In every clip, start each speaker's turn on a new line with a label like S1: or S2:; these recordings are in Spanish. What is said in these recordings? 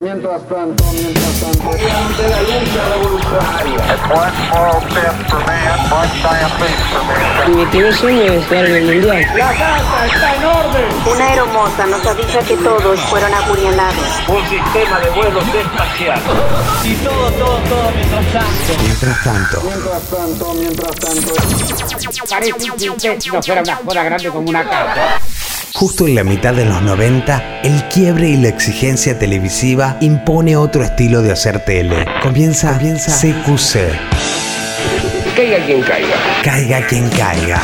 S1: Mientras tanto, mientras tanto, ante la lucha revolucionaria.
S2: Mi primer sueño es jugar en el mundial.
S1: La casa está en orden.
S3: Una aeromoza nos avisa que todos fueron apuñalados.
S1: Un sistema de vuelos espacial.
S4: Mientras tanto,
S1: Mientras tanto, mientras tanto.
S4: justo en la mitad de los 90, el quiebre y la exigencia televisiva impone otro estilo de hacer tele. Comienza, CQC.
S5: Caiga quien caiga.
S4: Caiga quien caiga.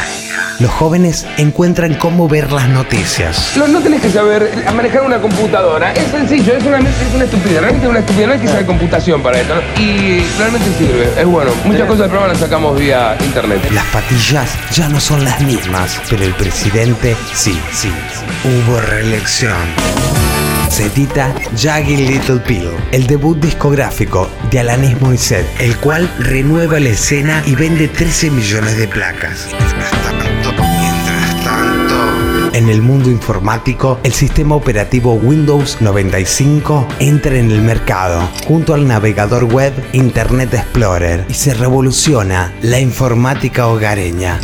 S4: Los jóvenes encuentran cómo ver las noticias.
S5: Lo- no tenés que saber a manejar una computadora. Es sencillo, es una, es una estupidez. Realmente es una estupidez. No hay que saber computación para esto. ¿no? Y realmente sirve. Es bueno. Muchas cosas del programa las sacamos vía internet.
S4: Las patillas ya no son las mismas, pero el presidente sí, sí. Hubo reelección. Se tita Jaggy Little Pill, el debut discográfico de Alanis Morissette, el cual renueva la escena y vende 13 millones de placas. En el mundo informático, el sistema operativo Windows 95 entra en el mercado junto al navegador web Internet Explorer y se revoluciona la informática hogareña.